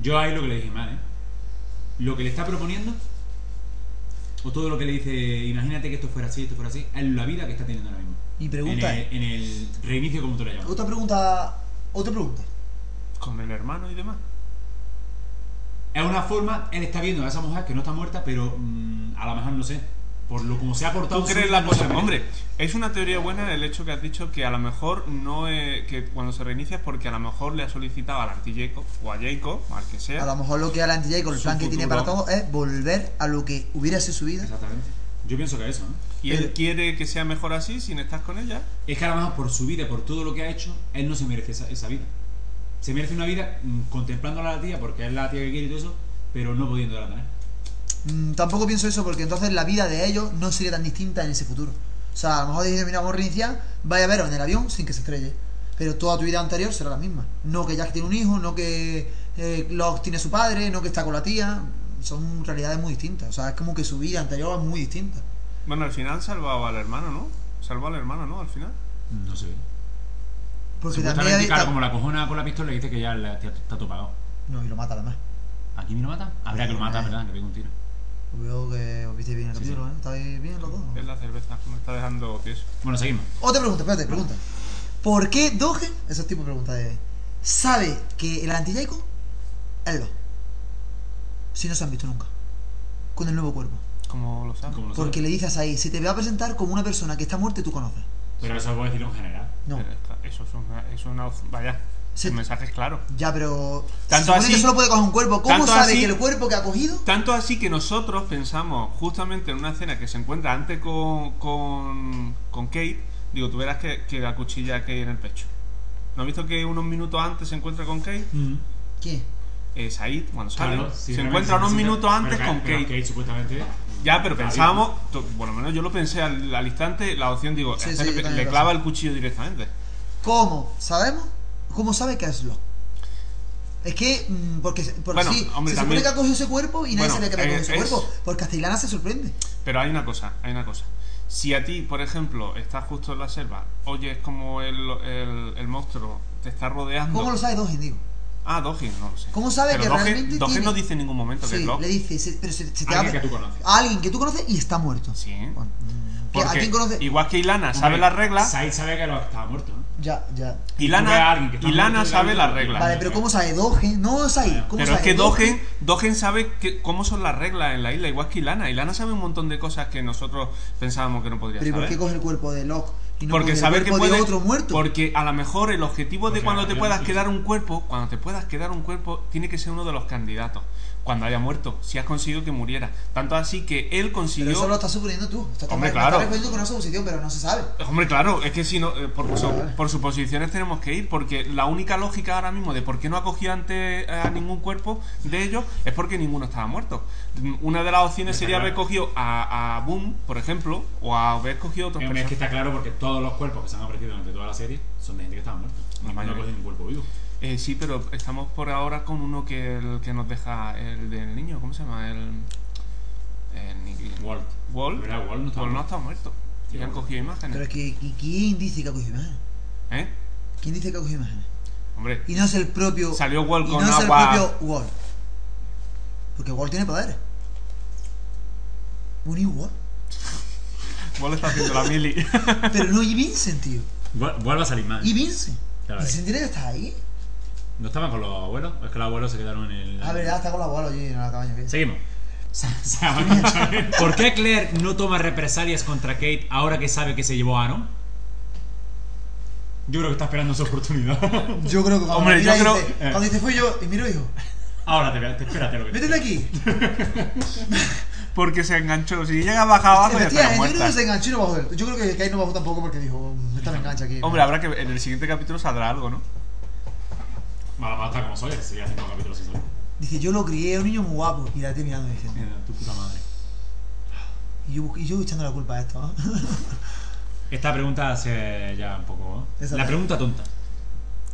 Speaker 2: Yo ahí lo que le dije mal, ¿eh? Lo que le está proponiendo, o todo lo que le dice, imagínate que esto fuera así, esto fuera así, es la vida que está teniendo ahora mismo.
Speaker 1: Y pregunta ¿eh?
Speaker 2: En el, en el reinicio, como tú lo llamas.
Speaker 1: Otra pregunta. Otra pregunta.
Speaker 3: Con el hermano y demás.
Speaker 2: Es una forma, él está viendo a esa mujer que no está muerta, pero mm, a lo mejor no sé. Por lo como se ha portado.
Speaker 3: ¿Tú
Speaker 2: su
Speaker 3: crees
Speaker 2: vida,
Speaker 3: la
Speaker 2: no se
Speaker 3: cosa?
Speaker 2: merece.
Speaker 3: Hombre, es una teoría buena el hecho que has dicho que a lo mejor no es, que cuando se reinicia es porque a lo mejor le ha solicitado al anti Jacob o a Jacob, o al que
Speaker 2: ¿Eh?
Speaker 1: A lo
Speaker 3: sea.
Speaker 1: mejor lo que habla Anti con el
Speaker 3: Su
Speaker 1: plan que tiene para
Speaker 3: futuro.
Speaker 1: todos es volver a lo que hubiera sido su vida.
Speaker 2: Exactamente. Yo pienso que eso, ¿eh?
Speaker 3: Y él
Speaker 1: Pero-
Speaker 3: quiere que sea mejor así sin estar con ella.
Speaker 2: Es que a lo mejor por su vida, por todo lo que ha hecho, él no se merece esa, esa vida. Se merece una vida mm, contemplando a la tía, porque es la tía que quiere y todo eso, pero no pudiéndola tener.
Speaker 1: Mm, tampoco pienso eso porque entonces la vida de ellos no sería tan distinta en ese futuro. O sea, a lo mejor dices, mira, vamos a reiniciar, vaya a veros en el avión sin que se estrelle. Pero toda tu vida anterior será la misma. No que Jack tiene un hijo, no que eh, Locke tiene su padre, no que está con la tía. Son realidades muy distintas. O sea, es como que su vida anterior es muy distinta.
Speaker 3: Bueno, al final salvaba al hermano, ¿no? Salvó al hermano, ¿no? Al final.
Speaker 2: No se ve.
Speaker 1: Porque también...
Speaker 2: Supuestamente,
Speaker 1: hay-
Speaker 2: claro, como la cojona con la pistola, le dice que ya la tía está topado.
Speaker 1: No, y lo mata además.
Speaker 2: ¿Aquí me lo mata? Habrá que lo
Speaker 1: Eh.
Speaker 2: mata, ¿verdad? Le pega un tiro.
Speaker 1: Veo que os viste bien el
Speaker 2: Sí, sí.
Speaker 1: capítulo, ¿eh? ¿Estáis bien los dos? no?
Speaker 3: Es la cerveza, me está dejando tieso.
Speaker 2: Bueno, seguimos.
Speaker 1: Otra pregunta, espérate, pregunta. ¿Por qué Dogen, ese tipo de pregunta de. sabe que el anti-Jacob es lo? Si no se han visto nunca. Con el nuevo cuerpo.
Speaker 3: Como lo sabes.
Speaker 2: Como lo
Speaker 1: Porque
Speaker 2: sabe.
Speaker 1: le dices ahí, se te va a presentar como una persona que está muerta y tú conoces.
Speaker 3: Eh.
Speaker 2: Pero eso puedo decirlo en general.
Speaker 1: No.
Speaker 3: Pero está- eso es una, es una. Vaya.
Speaker 1: Se-
Speaker 3: El mensaje es claro.
Speaker 1: Ya, pero.
Speaker 3: Tanto
Speaker 1: se supone
Speaker 3: así-
Speaker 1: que solo puede coger un cuerpo. ¿Cómo
Speaker 3: tanto
Speaker 1: sabe
Speaker 3: así-
Speaker 1: que el cuerpo que ha cogido?
Speaker 3: Tanto así que nosotros pensamos justamente en una escena que se encuentra antes con, con, con Kate. Digo, tú verás que, que la cuchilla a Kate en el pecho. ¿No has visto que unos minutos antes se encuentra con Kate?
Speaker 2: Mm.
Speaker 1: ¿Qué?
Speaker 3: Eh, Said, cuando sale,
Speaker 2: Claro, sí,
Speaker 3: se
Speaker 2: realmente,
Speaker 3: encuentra unos
Speaker 2: sí,
Speaker 3: minutos
Speaker 2: pero
Speaker 3: antes
Speaker 2: que-
Speaker 3: con
Speaker 2: pero
Speaker 3: Kate.
Speaker 2: supuestamente.
Speaker 3: Ya, pero
Speaker 2: está
Speaker 3: pensábamos, to- bueno, al menos yo lo pensé al, al instante, la opción, digo,
Speaker 1: Sí,
Speaker 3: este
Speaker 1: sí, yo
Speaker 3: le,
Speaker 1: también
Speaker 3: le
Speaker 1: lo
Speaker 3: clava
Speaker 1: sé.
Speaker 3: el cuchillo directamente.
Speaker 1: ¿Cómo? ¿Sabemos? ¿Cómo sabe que es lo? Es que, mm, porque, porque
Speaker 3: Bueno,
Speaker 1: sí,
Speaker 3: hombre,
Speaker 1: se
Speaker 3: también-
Speaker 1: supone que ha cogido ese cuerpo y nadie
Speaker 3: Bueno,
Speaker 1: sabe que había cogido ese
Speaker 3: eh, es-
Speaker 1: cuerpo. Porque Castellana se sorprende.
Speaker 3: Pero hay una cosa, hay una cosa. Si a ti, por ejemplo, estás justo en la selva, oyes como el, el, el monstruo te está rodeando.
Speaker 1: ¿Cómo lo sabe Dogen, digo?
Speaker 3: Ah, Dogin, no lo sé.
Speaker 1: ¿Cómo sabe
Speaker 3: Pero
Speaker 1: que
Speaker 3: Dogin-
Speaker 1: realmente
Speaker 3: Dogin
Speaker 1: tiene-
Speaker 3: no dice en ningún momento que
Speaker 1: Sí,
Speaker 3: es Locke.
Speaker 1: le dice, se- pero se, se te
Speaker 2: Alguien
Speaker 1: abre-
Speaker 2: que tú conoces.
Speaker 1: A alguien que tú conoces y está muerto.
Speaker 3: Sí.
Speaker 1: Bueno, mm, ¿qué- ¿A
Speaker 3: Porque
Speaker 1: quién conoces?
Speaker 3: Igual que Ilana
Speaker 2: Hombre,
Speaker 3: sabe las reglas,
Speaker 2: Said sabe que lo estaba muerto. ¿no?
Speaker 1: Ya, ya.
Speaker 2: Tú ves a
Speaker 3: Ilana,
Speaker 2: alguien que está
Speaker 3: Ilana
Speaker 2: muerto y
Speaker 3: sabe
Speaker 2: alguien-
Speaker 3: las reglas.
Speaker 1: Vale, pero ¿cómo sabe Dogen? No, es ahí. ¿Cómo
Speaker 3: Pero es
Speaker 1: sabe
Speaker 3: que Dogen, Dogen sabe que- cómo son las reglas en la isla, igual que Ilana. Ilana sabe un montón de cosas que nosotros pensábamos que no podría
Speaker 1: Pero ¿y por
Speaker 3: saber.
Speaker 1: qué coge el cuerpo de Locke? Y no
Speaker 3: porque
Speaker 1: coge el
Speaker 3: sabe que
Speaker 1: cuerpo de
Speaker 3: puede
Speaker 1: otro muerto.
Speaker 3: Porque a lo mejor el objetivo de
Speaker 2: Porque
Speaker 3: cuando te
Speaker 2: yo
Speaker 3: puedas
Speaker 2: no-
Speaker 3: quedar un cuerpo, cuando te puedas quedar un cuerpo, tiene que ser uno de los candidatos. Cuando haya muerto, si has conseguido que muriera. Tanto así que él
Speaker 1: Pero
Speaker 3: consiguió.
Speaker 1: eso lo estás suponiendo tú. Esto está-
Speaker 3: Hombre,
Speaker 1: me
Speaker 3: claro.
Speaker 1: Estás respondiendo con una suposición, pero no se sabe.
Speaker 3: Hombre, claro, es que si no, eh, por, por, su-
Speaker 1: Vale.
Speaker 3: por suposiciones tenemos que ir, porque la única lógica ahora mismo de por qué no ha cogido antes eh, a ningún cuerpo de ellos es porque ninguno estaba muerto. Mm, Una de las opciones
Speaker 2: Está
Speaker 3: sería haber
Speaker 2: claro.
Speaker 3: cogido a, a Boom, por ejemplo, o a haber cogido a otros
Speaker 2: Es que
Speaker 3: personajes.
Speaker 2: está claro porque todos los cuerpos que se han aparecido durante toda la serie son de gente que estaba muerta.
Speaker 3: La
Speaker 2: No
Speaker 3: mayoría.
Speaker 2: cogen ningún cuerpo vivo.
Speaker 3: Eh, sí, pero estamos por ahora con uno que, el, que nos deja el del niño, ¿cómo se llama? El. el Nick-
Speaker 2: Walt.
Speaker 3: Wall.
Speaker 2: Pero era Wall, no estaba
Speaker 3: Wall no
Speaker 2: muerto.
Speaker 3: estaba muerto.
Speaker 2: Sí,
Speaker 3: Y han
Speaker 2: bueno.
Speaker 3: cogido
Speaker 1: Pero
Speaker 3: imágenes.
Speaker 1: es que ¿y ¿quién dice que ha cogido imágenes?
Speaker 3: ¿Eh?
Speaker 1: ¿Quién dice que ha cogido imágenes?
Speaker 3: Hombre.
Speaker 1: Y no es el propio.
Speaker 3: Salió Wall
Speaker 1: y
Speaker 3: con
Speaker 1: no es
Speaker 3: agua.
Speaker 1: el propio Wall. Porque Wall tiene poderes. Un igual.
Speaker 3: Wall está haciendo la mili.
Speaker 1: Pero no, y Vincent, tío.
Speaker 2: Vuelve a salir mal.
Speaker 1: Y Vincent.
Speaker 2: Claro,
Speaker 1: Vincent tiene que estar ahí.
Speaker 2: ¿No estaban con los abuelos? Es que los abuelos se quedaron en el.
Speaker 1: Ah, verdad, está con la bola, oye, en la cabaña. ¿qué?
Speaker 2: Seguimos. *laughs* ¿Por qué Claire no toma represalias contra Kate ahora que sabe que se llevó a Aaron? Yo creo que está esperando su oportunidad.
Speaker 1: *laughs* Yo creo que cuando
Speaker 3: Hombre,
Speaker 1: me mira
Speaker 3: yo creo- eh.
Speaker 1: dice, cuando dice fui yo, y miro hijo,
Speaker 2: Ahora te, te espérate lo que
Speaker 1: métete aquí.
Speaker 3: Porque se enganchó. Si llega bajado abajo, ya
Speaker 1: Hostia,
Speaker 3: está
Speaker 1: yo creo
Speaker 3: muerta.
Speaker 1: que se enganchó y no bajó él. Yo creo que Kai no bajó tampoco porque dijo, "Mm, esta me engancha aquí.
Speaker 3: Hombre, habrá que ver- en el siguiente capítulo saldrá algo, ¿no?
Speaker 2: Mala mala está como soy, si ya cinco capítulos sin salir.
Speaker 1: Dice, yo lo crié, es un niño muy guapo. Y la estoy mirando y dice,
Speaker 2: Mira, tu puta madre.
Speaker 1: y yo, y yo echando la culpa a esto. ¿no? *laughs*
Speaker 2: Esta pregunta hace ya un poco. ¿no?
Speaker 1: Esa
Speaker 2: La
Speaker 1: es.
Speaker 2: pregunta tonta.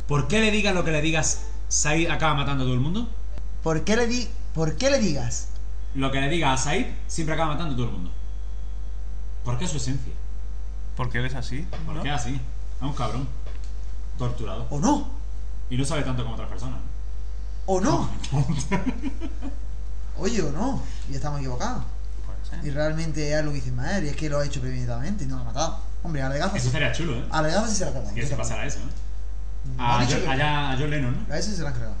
Speaker 2: ¿Por qué le digas lo que le digas, Said acaba matando a todo el mundo?
Speaker 1: ¿Por qué le di, por qué le digas?
Speaker 2: Lo que le digas a Said siempre acaba matando a todo el mundo. Porque es su esencia.
Speaker 3: Porque él es así.
Speaker 2: Porque
Speaker 3: ¿no?
Speaker 2: es así. Es un cabrón. Torturado.
Speaker 1: ¿O no?
Speaker 2: Y no sabe tanto como otras personas.
Speaker 1: ¿O
Speaker 3: *laughs*
Speaker 1: no? Oye, ¿o no? Y estamos equivocados.
Speaker 3: Puede ser.
Speaker 1: Y realmente es lo que dice Maer, y es que lo ha hecho premeditadamente y no lo ha matado. Hombre, a Legazas.
Speaker 2: Eso sería chulo, ¿eh?
Speaker 1: A Legazas Ah, sí se la ha cargado.
Speaker 2: Que
Speaker 1: Yo
Speaker 2: se
Speaker 1: tampoco.
Speaker 2: pasara eso, ¿no?
Speaker 1: Me han
Speaker 2: A,
Speaker 1: dicho
Speaker 2: John-
Speaker 1: que-
Speaker 2: allá a John Lennon, ¿no?
Speaker 1: A veces se la han cargado.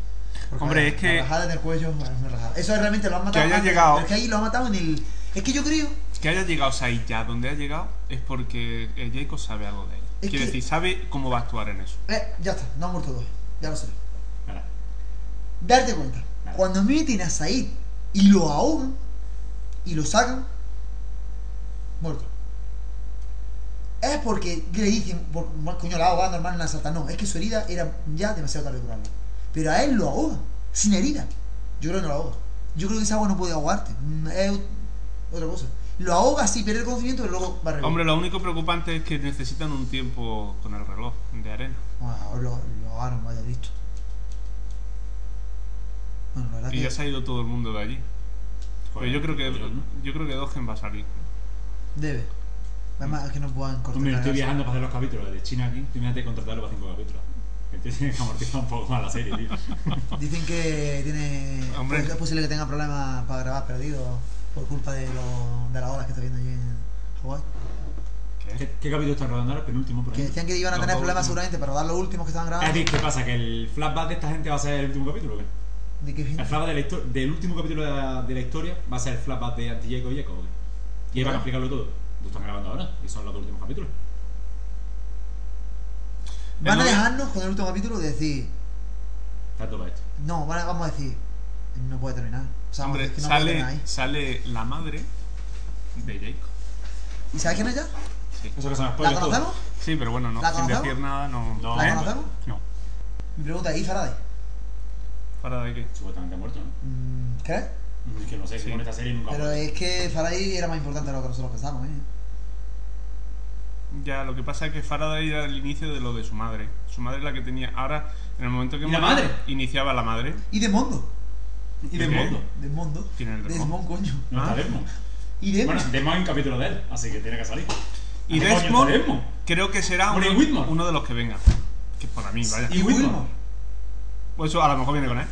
Speaker 1: Porque
Speaker 3: Ah, Hombre,
Speaker 1: la-
Speaker 3: es que-
Speaker 1: La rajada del cuello bueno, es una rajada. Eso es realmente lo han matado.
Speaker 3: Que haya
Speaker 1: antes,
Speaker 3: llegado-
Speaker 1: Pero es que ahí lo han matado en el. Es que yo creo.
Speaker 3: Que haya llegado Said ya donde ha llegado es porque eh, Jacob sabe algo de él.
Speaker 1: Es
Speaker 3: Quiere
Speaker 1: que-
Speaker 3: decir, sabe cómo va a actuar en eso.
Speaker 1: Eh, ya está, no han muerto dos. Ya lo sé.
Speaker 2: Ahora,
Speaker 1: Darte cuenta.
Speaker 2: Claro.
Speaker 1: Cuando meten a Said y lo ahogan y lo sacan, muerto. Es porque le dicen, por, coño, la ahogando, hermano, una salta. No, es que su herida era ya demasiado tarde curarla. Pero a él lo ahoga, sin herida. Yo creo que no lo ahoga. Yo creo que esa agua no puede ahogarte. Mm, Es ot- otra cosa. Lo ahoga, sí, pierde el conocimiento, pero luego va a revivir.
Speaker 3: Hombre, lo único preocupante es que necesitan un tiempo con el reloj de arena.
Speaker 1: Ah, lo, lo ahogaron, vaya, listo. Bueno, la verdad
Speaker 3: Y
Speaker 1: que.
Speaker 3: ya se ha ido todo el mundo de allí. Pero
Speaker 1: Pues,
Speaker 2: joder,
Speaker 3: Pues yo creo que
Speaker 2: John, ¿no?
Speaker 3: yo creo que Dogen va a salir.
Speaker 1: Debe. Además, es que no puedan cortar.
Speaker 2: Hombre,
Speaker 1: la
Speaker 2: estoy
Speaker 1: grasa.
Speaker 2: viajando para hacer los capítulos de China aquí. Tú imagínate contratarlo para cinco capítulos. Que *laughs* te tienes que amortizar un poco más la serie, tío.
Speaker 1: Dicen que tiene.
Speaker 3: Hombre.
Speaker 1: pues, Es posible que tenga problemas para grabar perdido por culpa de, lo, de las olas que está viendo allí en Hawái.
Speaker 2: ¿Qué, qué capítulo están rodando ahora? El penúltimo, por
Speaker 1: Que
Speaker 2: ejemplo.
Speaker 1: decían que iban a
Speaker 3: Los
Speaker 1: tener
Speaker 3: dos
Speaker 1: problemas
Speaker 3: últimos.
Speaker 1: seguramente para rodar los últimos que estaban
Speaker 2: Es
Speaker 1: grabando.
Speaker 2: decir, ¿qué pasa? ¿Que el flashback de esta gente va a ser el último capítulo o qué?
Speaker 1: ¿De qué
Speaker 2: El
Speaker 1: gente?
Speaker 2: flashback de la histo- del último capítulo de la, de la historia va a ser el flashback de Anti-Jacob y Jacob. ¿o qué? Y ahí van a explicarlo todo. Lo están grabando ahora y son los dos últimos capítulos.
Speaker 1: Van a
Speaker 3: El novio-
Speaker 1: dejarnos con el último capítulo de decir.
Speaker 2: Tanto para esto.
Speaker 1: No, vale, vamos a decir. No puede terminar. O sea, vamos a
Speaker 3: Hombre,
Speaker 1: decir que no puede terminar ahí.
Speaker 3: sale, sale la madre de Jacob.
Speaker 1: ¿Y sabes quién es ya?
Speaker 3: Sí.
Speaker 2: Eso que son
Speaker 1: ¿La
Speaker 2: spoilers
Speaker 1: conocemos?
Speaker 2: todos.
Speaker 3: Sí, pero bueno, no,
Speaker 1: ¿La
Speaker 3: sin
Speaker 1: conocemos?
Speaker 3: decir nada, no.
Speaker 2: No.
Speaker 1: ¿La
Speaker 2: ¿Eh?
Speaker 1: conocemos?
Speaker 3: No.
Speaker 1: Mi pregunta es, ¿y Faraday?
Speaker 3: ¿Para de qué?
Speaker 2: Supuestamente ha muerto, ¿no?
Speaker 1: Mm, ¿Crees?
Speaker 2: Es que no sé, si
Speaker 3: Sí.
Speaker 2: con esta serie nunca ha
Speaker 1: Pero eh,
Speaker 2: muerto.
Speaker 1: es que Faraday era más importante de lo que nosotros pensamos, ¿eh?
Speaker 3: Ya, lo que pasa es que Faraday era el inicio de lo de su madre. Su madre es la que tenía. Ahora, en el momento que
Speaker 2: ¿Y la
Speaker 3: moría,
Speaker 2: madre?
Speaker 3: iniciaba la madre.
Speaker 1: Y Desmondo.
Speaker 2: Y
Speaker 3: ¿Y
Speaker 2: de
Speaker 3: qué?
Speaker 2: mundo.
Speaker 1: Desmondo.
Speaker 3: ¿Quién es Desmond?
Speaker 1: Desmond, coño.
Speaker 2: No está
Speaker 3: Ah.
Speaker 2: Desmond.
Speaker 1: Y Desmond.
Speaker 2: Bueno, Desmond hay un capítulo de él, así que tiene que salir.
Speaker 3: Y
Speaker 2: ¿Qué coño
Speaker 3: Desmond,
Speaker 2: está Desmond?
Speaker 3: creo que será
Speaker 2: Hombre,
Speaker 3: uno,
Speaker 2: ¿y Whitmore?
Speaker 3: uno de los que venga. Que para mí, vaya.
Speaker 2: Y Wilmot.
Speaker 3: Pues eso a lo mejor viene con él.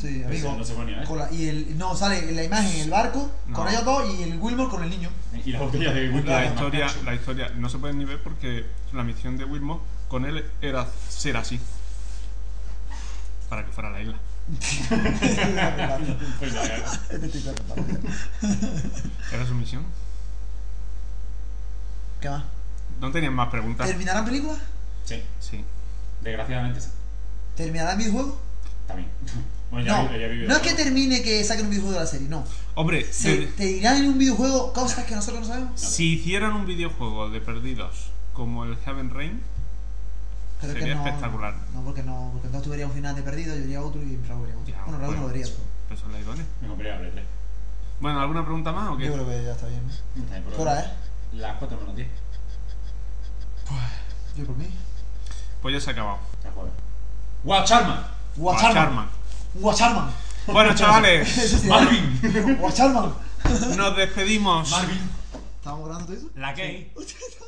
Speaker 1: Sí, amigo.
Speaker 2: Eso no se ¿eh? pone a ver.
Speaker 1: Con la- y el, no, sale en la imagen el barco con
Speaker 3: No.
Speaker 1: ellos dos y el Wilmot con el
Speaker 2: *laughs*
Speaker 1: niño.
Speaker 2: Y la botella de Wilmot.
Speaker 3: La historia, la historia no se puede ni ver porque la misión de Wilmot con él era ser así. Para que fuera a la isla.
Speaker 2: *laughs*
Speaker 1: Este
Speaker 2: Pues la verdad.
Speaker 3: Era su misión.
Speaker 1: ¿Qué más?
Speaker 3: No tenían más preguntas.
Speaker 1: ¿Terminarán películas?
Speaker 2: Sí,
Speaker 3: Sí.
Speaker 2: desgraciadamente sí.
Speaker 1: ¿Terminarán videojuegos?
Speaker 2: También. *laughs* Bueno, ya
Speaker 1: No,
Speaker 2: vive, ya vive.
Speaker 1: no es que termine que saquen un videojuego de la serie, no.
Speaker 3: Hombre,
Speaker 1: Se,
Speaker 3: de-
Speaker 1: te dirán en un videojuego cosas que nosotros no sabemos.
Speaker 3: si hicieran un videojuego de perdidos como el Heaven Rain,
Speaker 1: Pero es
Speaker 3: Sería
Speaker 1: que no,
Speaker 3: espectacular.
Speaker 1: No, porque no, porque entonces tú verías un final de perdido, yo vería otro y Raúl vería otro.
Speaker 3: Ya,
Speaker 1: bueno, Raúl no lo
Speaker 3: bueno.
Speaker 1: vería, pero
Speaker 3: pues son la idónea.
Speaker 2: Me compré a Bradley.
Speaker 3: Bueno, ¿alguna pregunta más o qué?
Speaker 1: yo creo que ya está bien. ¿no? ¿Qué hora
Speaker 2: Ahora,
Speaker 1: es?
Speaker 2: Las 4 menos 10.
Speaker 1: Yo por mí.
Speaker 3: Pues ya se ha acabado.
Speaker 2: Ya joder. ¡Wow, Charman!
Speaker 1: Watcharman.
Speaker 3: Charman.
Speaker 1: Watcharman. *laughs*
Speaker 3: Bueno, chavales,
Speaker 1: Eso sí,
Speaker 2: ¡Marvin!
Speaker 1: *laughs* Watcharman.
Speaker 3: nos despedimos.
Speaker 2: ¡Marvin!
Speaker 1: ¿Estamos grabando todo eso?
Speaker 2: La Key.
Speaker 1: Hostia, estamos-